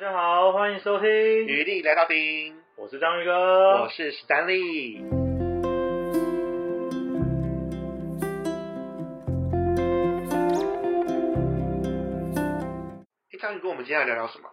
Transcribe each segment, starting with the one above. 家好，欢迎收听，余力来到丁，我是章鱼哥我。是史丹利。哎，章鱼哥，我们今天要聊聊什么？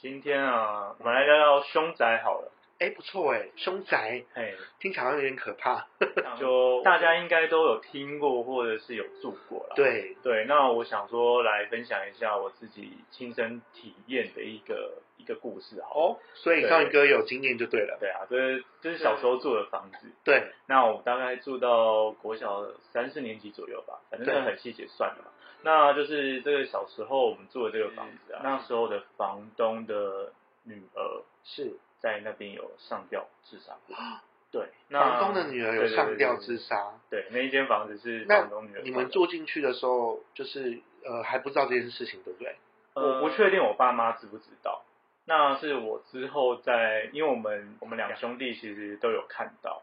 今天啊，我们来聊聊凶宅好了。哎，不错哎，凶宅嘿，听起来好像有点可怕。嗯就大家应该都有听过或者是有住过啦。对，对，那我想说来分享一下我自己亲身体验的一个一个故事好了。哦，所以对章鱼哥有经验就对了。对啊，这、是这、是小时候住的房子。对，那我大概住到国小三四年级左右吧，反正对很细节算了嘛。那就是这个小时候我们住的这个房子啊，嗯那时候的房东的女儿是啊在那边有上吊自杀过。对，那房东的女儿有上吊自杀。杀。对，对对那一间房子是那房东女儿上吊。你们住进去的时候，就是呃还不知道这件事情，对不对？我不确定我爸妈知不知道，那是我之后在，因为我们我们两兄弟其实都有看到，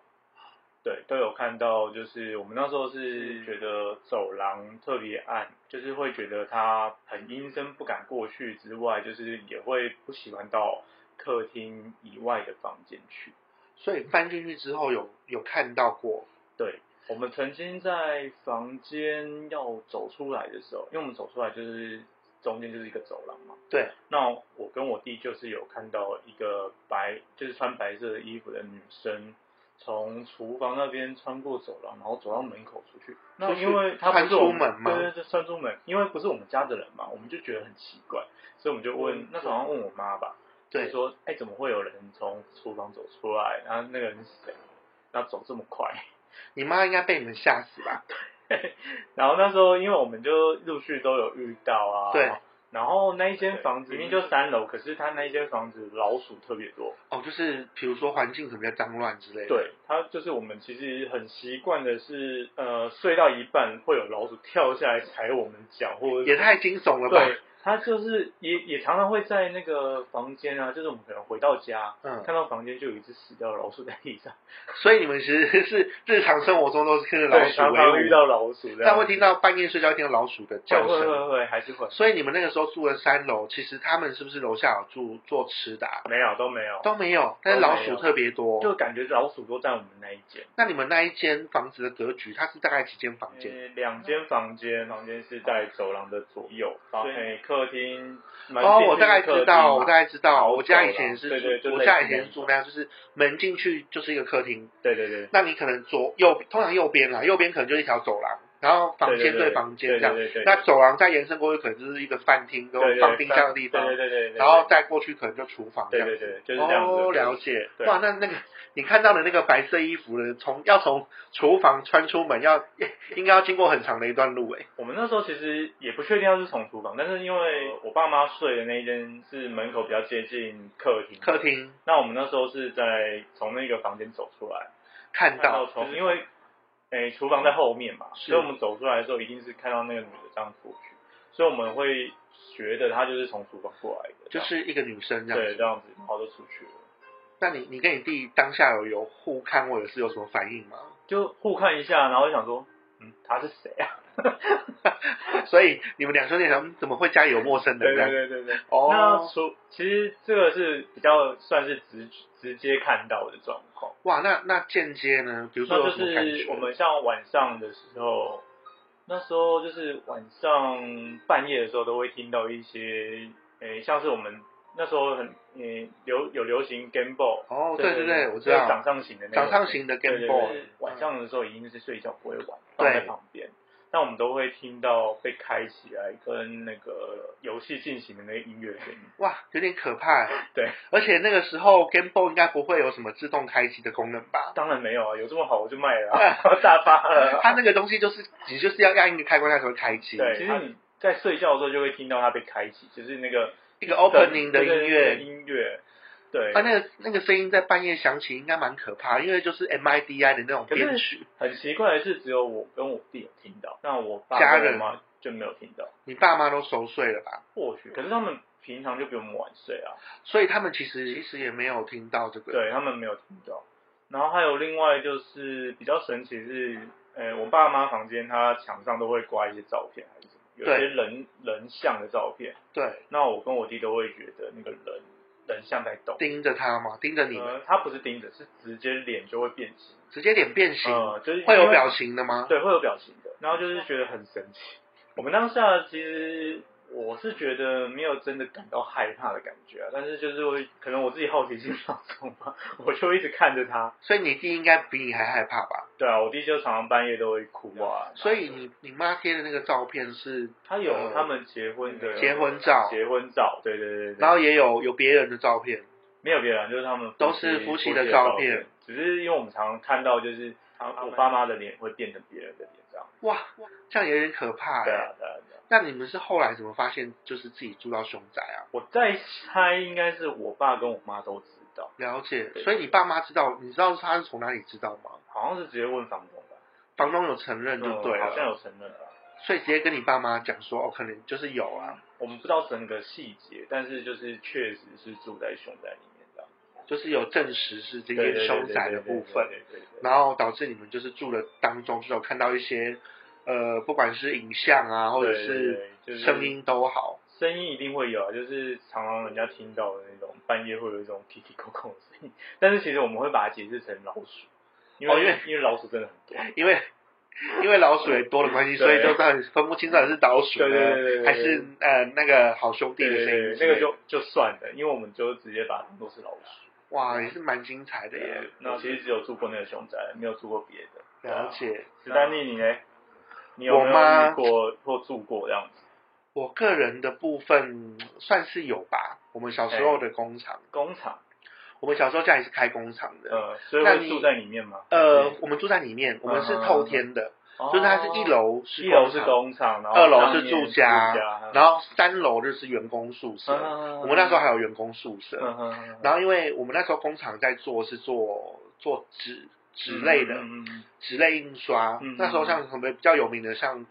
对，都有看到，就是我们那时候是是觉得走廊特别暗，就是会觉得它很阴森，不敢过去之外，就是也会不喜欢到客厅以外的房间去。所以搬进去之后有有看到过，对，我们曾经在房间要走出来的时候，因为我们走出来就是中间就是一个走廊嘛。对，那我跟我弟就是有看到一个白，就是穿白色的衣服的女生，从厨房那边穿过走廊，然后走到门口出去。那出去因为他不是我们穿出门吗对对对，穿出门，因为不是我们家的人嘛，我们就觉得很奇怪，所以我们就问，那时候好像问我妈吧，就对，说，哎、怎么会有人从厨房走出来？然后那个人是谁？那走这么快？你妈应该被你们吓死吧？然后那时候，因为我们就陆续都有遇到啊，对。然后那一间房子明明就三楼，可是他那一间房子老鼠特别多，哦，就是比如说环境可能比较脏乱之类的。，对，它就是我们其实很习惯的是，呃，睡到一半会有老鼠跳下来踩我们脚，或者也太惊悚了吧？对，它就是也也常常会在那个房间啊，就是我们可能回到家，嗯，看到房间就有一只死掉的老鼠在地上，所以你们其实是日常生活中都是跟着老对鼠常常为遇伍，到老鼠这样子，但会听到半夜睡觉听到老鼠的会叫会声。会会还是会所以你们那个时候住的三楼，其实他们是不是楼下有住做吃的、啊？没有都没有，都没有，但是老鼠特别就多。感觉老鼠都在我们那一间。那你们那一间房子的格局，它是大概几间房间？呃两间房间，房间是在走廊的左右，然后对诶客厅。门哦，进去我大概是客知厅嘛道，我大概知道，好我家以前也走廊对是对住，就我家类以似那前是种住那样，就是门进去就是一个客厅，对对对，那你可能左右通常右边啦，右边可能就一条走廊，然后房间对房间这样。对对对对那走廊再延伸过去，可能就是一个饭厅，然后对对放冰箱的地对方，对对对对，然后再过去可能就厨房这对样对子。对，就是这样子。哦，了解。对哇，那那个你看到的那个白色衣服的，从要从厨房穿出门，要 应该要经过很长的一段路哎诶。我们那时候其实也不确定它是从厨房，但是因哦为我爸妈睡的那一间是门口比较接近客厅，客。厅那我们那时候是在从那个房间走出来，看看到到，从哦因为诶厨房在后面嘛，是所以我们走出来的时候一定是看到那个女的这样出去，所以我们会觉得她就是从厨房过来的，就是一个女生这这样样对子。这样子，然后就出去了，那你你跟你弟当下有有互看或者是有什么反应吗？ 就互看一下，然后就想说，嗯，她是谁啊？所以你们两兄弟想，嗯怎么会家里有陌生 对人这对对样？对对。那哦，除其实这个是比较算是直直接看到的状况。哇，那那间接呢？比如说那有就什么感觉？是我们像晚上的时候，那时候就是晚上半夜的时候都会听到一些，诶、像是我们那时候很诶、流有流行 Game Boy，哦，对对对，我知就是掌道，上型的那种掌上型的对 Game 对 Boy，对晚上的时候一定是睡觉不会玩，放对在旁边。那我们都会听到被开起来跟那个游戏进行的那个音乐声音，哇，有点可怕欸。对，而且那个时候 Game Boy 应该不会有什么自动开机的功能吧？当然没有啊，有这么好我就卖了、啊， 大发了啊、它那个东西就是你就是要按一个开关它才会开机，对，其实你在睡觉的时候就会听到它被开启，就是那个一个 opening 哦对的对音对乐。音乐，对，啊，那个那个声音在半夜响起，应该蛮可怕，因为就是 MIDI 的那种可是编曲。很奇怪的是，只有我跟我弟有听到，那我爸家跟我人妈就没有听到，你爸妈都熟睡了吧？或许，可是他们平常就比我们晚睡啊，所以他们其实其实也没有听到这个。对他们没有听到。然后还有另外就是比较神奇的是，呃，我爸妈房间他墙上都会挂一些照片还是什么，有对些人人像的照片。对那我跟我弟都会觉得那个人像在动。盯着他嘛，盯着你，呃，它不是盯着，是直接脸就会变形，直接脸变形，呃，就是会因有为表情的吗？对，会有表情的。然后就是觉得很神奇。我们当下其实我是觉得没有真的感到害怕的感觉啊，但是就是会可能我自己好奇心 上冲吧，我就一直看着他。所以你弟应该比你还害怕吧？对啊，我弟就常常半夜都会哭啊。所以你你妈贴的那个照片是，他有呃他们结婚的结婚照结婚照，对对对对然后也有有别人的照片，没有别人，啊就是他们都是夫夫妻妻的的照片片，只是因为我们常常看到，就是他他们我爸妈的脸会变成别人的脸这样。哇，这样也有点可怕、欸。对啊，对啊，对啊。那你们是后来怎么发现就是自己住到凶宅啊？我在猜，应该是我爸跟我妈都知道，了解，对所以你爸妈知道，你知道他是从哪里知道吗？好像是直接问房东吧，房东有承认就对啊嗯好像了，有承认吧。所以直接跟你爸妈讲说，哦，可能就是有啊，我们不知道整个细节，但是就是确实是住在凶宅里面的，就是有证实是这对些凶宅的部对对对分，，对对对对对对然后导致你们就是住的当中就有看到一些，呃，不管是影像啊，或者对对是对就是声音都好，声音一定会有啊，就是常常人家听到的那种半夜会有一种叽叽扣扣的声音，但是其实我们会把它解释成老鼠，因为、哦因为因为老鼠真的很多，因为。因为老鼠也多的关对系，所以就很分不清到底是老鼠对对对对呢，对还是呃那个好兄弟对的声对音对，之那个类的就就算了，因为我们就直接把它当做是老鼠。哇，也是蛮精彩的耶。那其实啊只有住过那个熊宅，没有住过别的。了解。史丹利，你呢？你有没我吗有遇过或住过这样子？我个人的部分嗯算是有吧。我们小时哎候的工厂，工厂，我们小时候家里是开工厂的。呃，所以那会你住在里面吗？呃，我们住在里面，我嗯们是透天的，哦就是它是一，楼是一楼是工工厂，然厂，后二楼是上面住家，然后后三楼就是员工宿嗯舍。我们那时候还有员工宿舍，然然后因为我们那时候工厂在做是做做纸纸类的，嗯嗯嗯纸类印刷。嗯那时候像什么比较有名的，像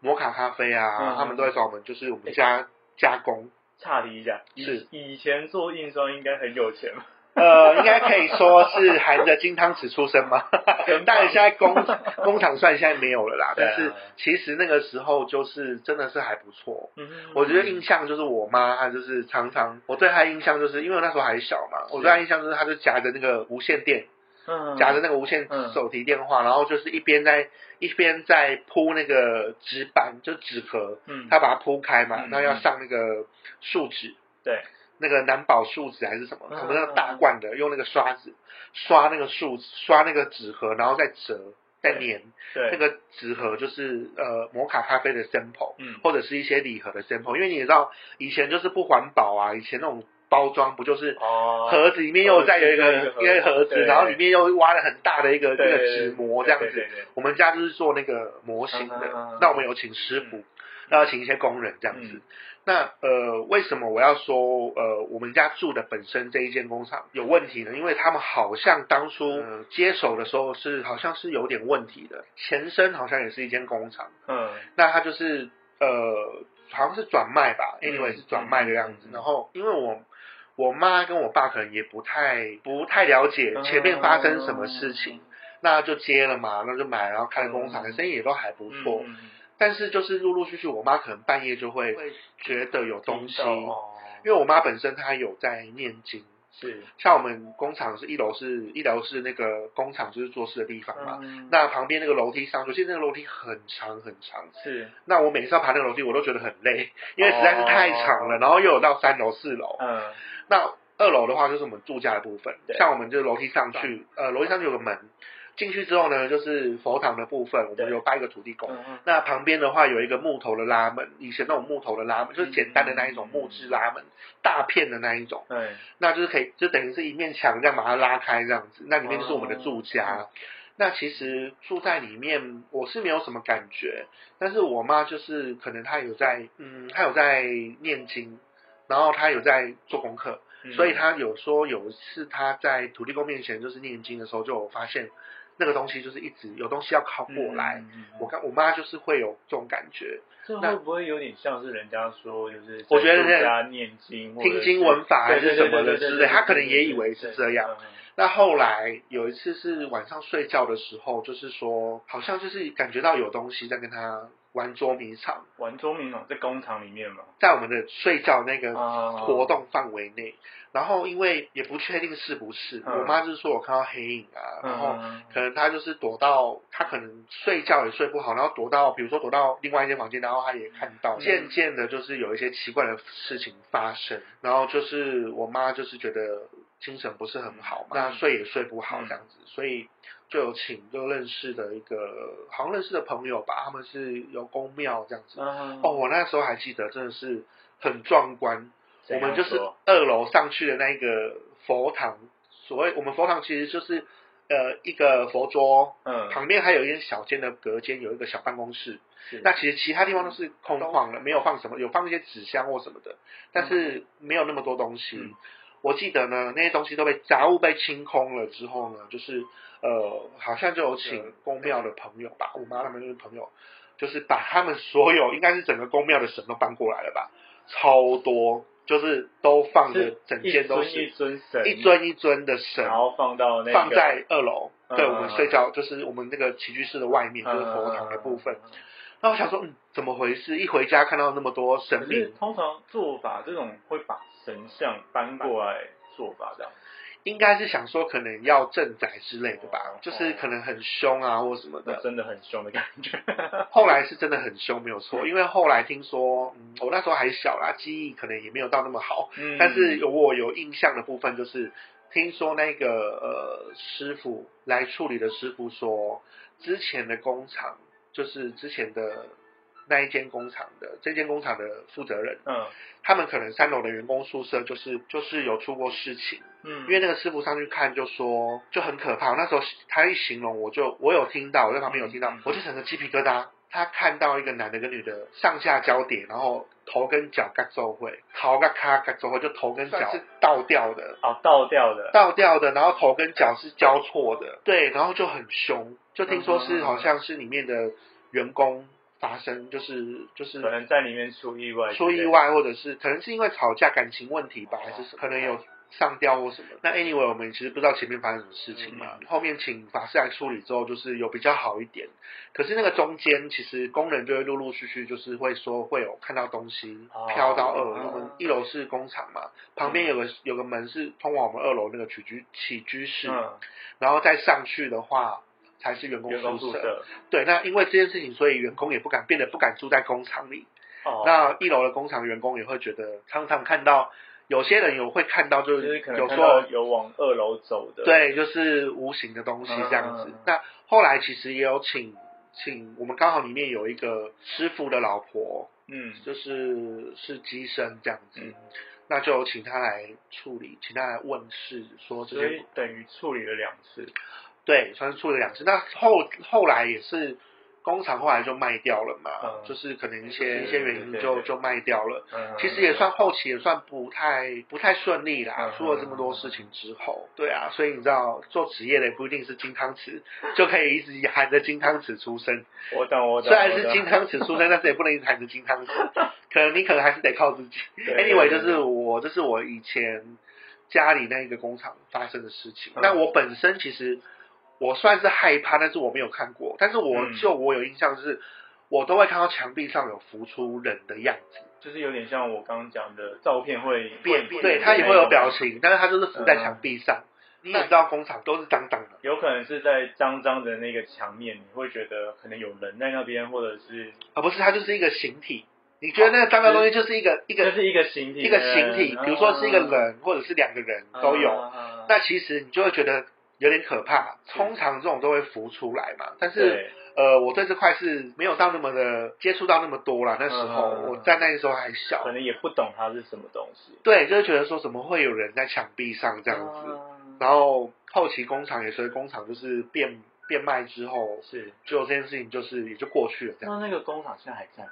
摩卡咖啡啊，嗯他们都会找我们，就是我们加加工。岔题一下，以是以前做印刷应该很有钱 吧？呃，应该可以说是含着金汤匙出生嘛。 真棒当然，现在工工厂算现在没有了啦，对但啊是其实那个时候就是真的是还不错。嗯我觉得印象就是我妈，她就是常常我对她印象就是因为我那时候还小嘛，我对她印象就是她就夹着那个无线电，嗯夹着那个无线嗯手提电话，然后就是一边在一边在铺那个纸板，就纸壳，嗯她把它铺开嘛，嗯然后要上那个树脂，对，那个南宝树脂还是什么，嗯我们那个大罐的，用那个刷子刷那个树，刷那个纸盒，然后再折，再粘。嗯对那个纸盒就是呃摩卡咖啡的 sample，嗯或者是一些礼盒的 sample，因为你也知道以前就是不环保啊，以前那种包装不就是哦盒子里面又再有一个盒子一个盒子，对然后里面又挖了很大的一个一对个纸模这样对子。对对对我们家就是做那个模型嗯嗯嗯的嗯，那我们有请师傅，那要请一些工人这样子嗯。那呃，为什么我要说呃，我们家住的本身这一间工厂有问题呢？因为他们好像当初嗯呃接手的时候是好像是有点问题的，前身好像也是一间工厂，嗯那他就是呃，好像是转卖吧，anyway 嗯是转卖的样子。嗯嗯然后因为我我妈跟我爸可能也不太不太了解嗯前面发生什么事情，那就接了嘛，那就买，然后开了工厂，嗯生意也都还不嗯，错。嗯，嗯但是就是陆陆续续，我妈可能半夜就会会觉得有东西，听到哦因为我妈本身她有在念经。是像我们工厂是一楼是一楼是那个工厂就是做事的地方嘛，嗯那旁边那个楼梯上，尤其那个楼梯很长很长，是那我每次要爬那个楼梯，我都觉得很哦累，因为实在是太长了，然后又有到三楼、四楼。嗯那二楼的话就是我们住家的部分，对像我们就是楼梯上去，呃，楼梯上去有个门，进去之后呢，就是佛堂的部分，我对们有拜一个土地公。嗯嗯那旁边的话有一个木头的拉门，以前那种木头的拉嗯门，就是简单的那一种木质拉门，大片的那一种，嗯那就是可以，就等于是一面墙这样把它拉开这样子，那里面就是我们的住家。哦那其实住在里面，我是没有什么感觉，但是我妈就是可能她有在，嗯，她有在念经，然后她有在做功课，嗯所以她有说有一次她在土地公面前就是念经的时候，就有发现那个东西就是一直有东西要靠过来，，嗯嗯嗯嗯我看我妈就是会有这种感觉，这那会不会有点像是人家说，就是我觉得人家念经、或者听是经闻法还对对是对什么对的对之对类，对，嗯她可能也以为是这样。那后来有一次是晚上睡觉的时候，就是说好像就是感觉到有东西在跟他玩捉迷藏，玩捉迷藏在工厂里面嘛，在我们的睡觉那个啊，呃活动范围内。然后因为也不确定是不是，嗯我妈就是说我看到黑影啊，然后嗯，可能她就是躲到，她可能睡觉也睡不好，然后躲到，比如说躲到另外一间房间，然后她也看到，嗯渐渐的就是有一些奇怪的事情发生，然后就是我妈就是觉得精神不是很好嘛，嗯那睡也睡不好嗯这样子，所以就有请就认识的一个好像认识的朋友吧，他们是有公庙这样子，嗯哦，，我那时候还记得，真的是很壮观，我怎样们就是说二楼上去的那个佛堂，所谓我们佛堂其实就是呃一个佛桌，嗯，旁边还有一间小间的隔间，有一个小办公室。是那其实其他地方都是空旷的，没有放什么，有放一些纸箱或什么的，但是没有那么多东西。嗯我记得呢，那些东西都被杂物被清空了之后呢，就是呃，好像就有请公庙的朋友吧，我妈他们就是朋友，就是把他们所有应该是整个公庙的神都搬过来了吧，超多，就是都放的是整一间都尊一是尊神，一尊一尊的神，然后放到那个放在二楼，嗯对嗯嗯我们睡觉就是我们那个起居室的外面，就是佛堂的部分。那我想说，嗯，怎么回事？一回家看到那么多可神是明，通常做法这种会把神像搬过来做法这样，应该是想说可能要镇宅之类的吧哦，就是可能很凶啊或什么那的。真的很凶的感觉。后来是真的很凶，没有错，因为后来听说，嗯，我那时候还小啦，记忆可能也没有到那么好，嗯但是有我有印象的部分就是。听说那个呃师傅来处理的师傅说，之前的工厂就是之前的那一间工厂的这间工厂的负责人，嗯他们可能三楼的员工宿舍就是就是有出过事情，嗯，因为那个师傅上去看就说就很可怕。那时候他一形容，我就我有听到，我在旁边有听到嗯嗯，我就整个鸡皮疙瘩。他看到一个男的跟女的上下交叠，然后头跟脚嘎皱会，头跟咔嘎皱会，就头跟脚算是是倒掉的，哦倒掉的，倒掉的，然后头跟脚是交错的，对，然后就很凶，就听嗯说嗯是嗯好像是里面的员工发生，就是就是可能在里面出意外，出意，外，或者是可能是因为吵架、感情问题吧，还是什么可能有上吊或什么。那 anyway，我们其实不知道前面发生什么事情嘛。嗯后面请法师来处理之后，就是有比较好一点。可是那个中间，其实工人就会陆陆续续就是会说会有看到东西哦飘到二楼，嗯我们一楼是工厂嘛，旁边有个有个门是通往我们二楼那个起居起居室，嗯，然后再上去的话。才是员工员工宿宿舍，舍，对，那因为这件事情，所以员工也不敢变得不敢住在工厂里，哦，那一楼的工厂员工也会觉得，常常看到有些人有会看到，就就是是可有能看时候到有往二楼走的，，对，就是无形的东西这样子。嗯嗯嗯那后来其实也有请请我们刚好里面有一个师傅的老婆，嗯就是是机身这样子，嗯，那就请他来处理，请他来问事，说这所些以等于处理了两次，对，算是处理两次。那后后来也是工厂后来就卖掉了嘛，嗯就是可能一对些对一些原因对对就对就卖掉了。嗯，其实也算后期也算不太不太顺利啦嗯，出了这么多事情之后，对啊，所以你知道做职业的也不一定是金汤匙就可以一直含着金汤匙出生，我懂我懂，虽然我是懂金汤匙出生，但是也不能一直含着金汤匙，可能你可能还是得靠自己。对 Anyway，对就对是我这是我以前家里那个工厂发生的事情，嗯那我本身其实我算是害怕，但是我没有看过，但是我嗯就我有印象就是。我都会看到墙壁上有浮出人的样子，就是有点像我刚刚讲的照片会变，变对，的它也会有表那种，嗯情，但是它就是浮在墙壁上。你也知道工厂都是脏脏的，有可能是在脏脏的那个墙面，你会觉得可能有人在那边，或者是啊，不是，它就是一个形体。你觉得那个脏脏的东西就是一个一这个是一哦个形体，嗯一个形体，比如说是一个人或者是两个人都有，有那其实你就会觉得有点可怕。通常这种都会浮出来嘛，但是呃，我对这块是没有到那么的接触到那么多啦。那时候嗯我在那时候还小可，能也不懂它是什么东西，对，就是觉得说怎么会有人在墙壁上这样子，子，然后后期工厂也随着工厂就是变变卖之后，是。就这件事情就是也就过去了这样。那那个工厂现在还在吗？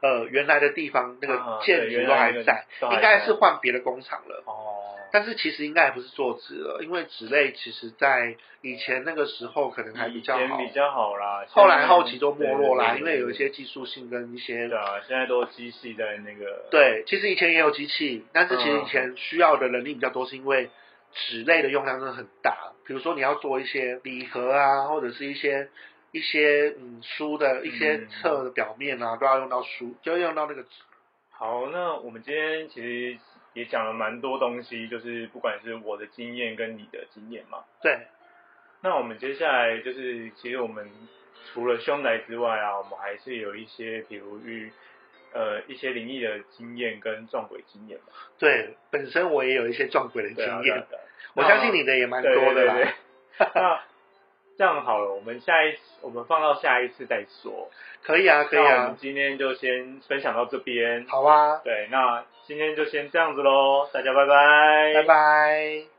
呃，原来的地方那啊对个建筑原都来还那个在，都还应该在是换别的工厂了。哦，但是其实应该也不是做纸了，因为纸类其实在以前那个时候可能还比较以前好，比较好啦。后来现在后期都没落啦，对对对因为有一些技术性跟一些对啊，现在都机器在那个，对，其实以前也有机器，但是其实嗯以前需要的人力比较多，是因为纸类的用量真的很大。比如说你要做一些礼盒啊，或者是一些一些嗯书的一些嗯册的表面啊，都要用到书，就要用到那个纸。好，那我们今天其实也讲了蛮多东西，就是不管是我的经验跟你的经验嘛。对，那我们接下来就是，其实我们除了凶宅之外啊，我们还是有一些，比如遇呃一些灵异的经验跟撞鬼经验嘛。对，本身我也有一些撞鬼的对啊经对验，啊对啊我相信你的也蛮多的啦。对对对对 那这样好了，我们下一我们放到下一次再说。可以啊，可以那我们啊，今天就先分享到这边。好啊，对，那今天就先这样子喽，大家拜拜，拜拜。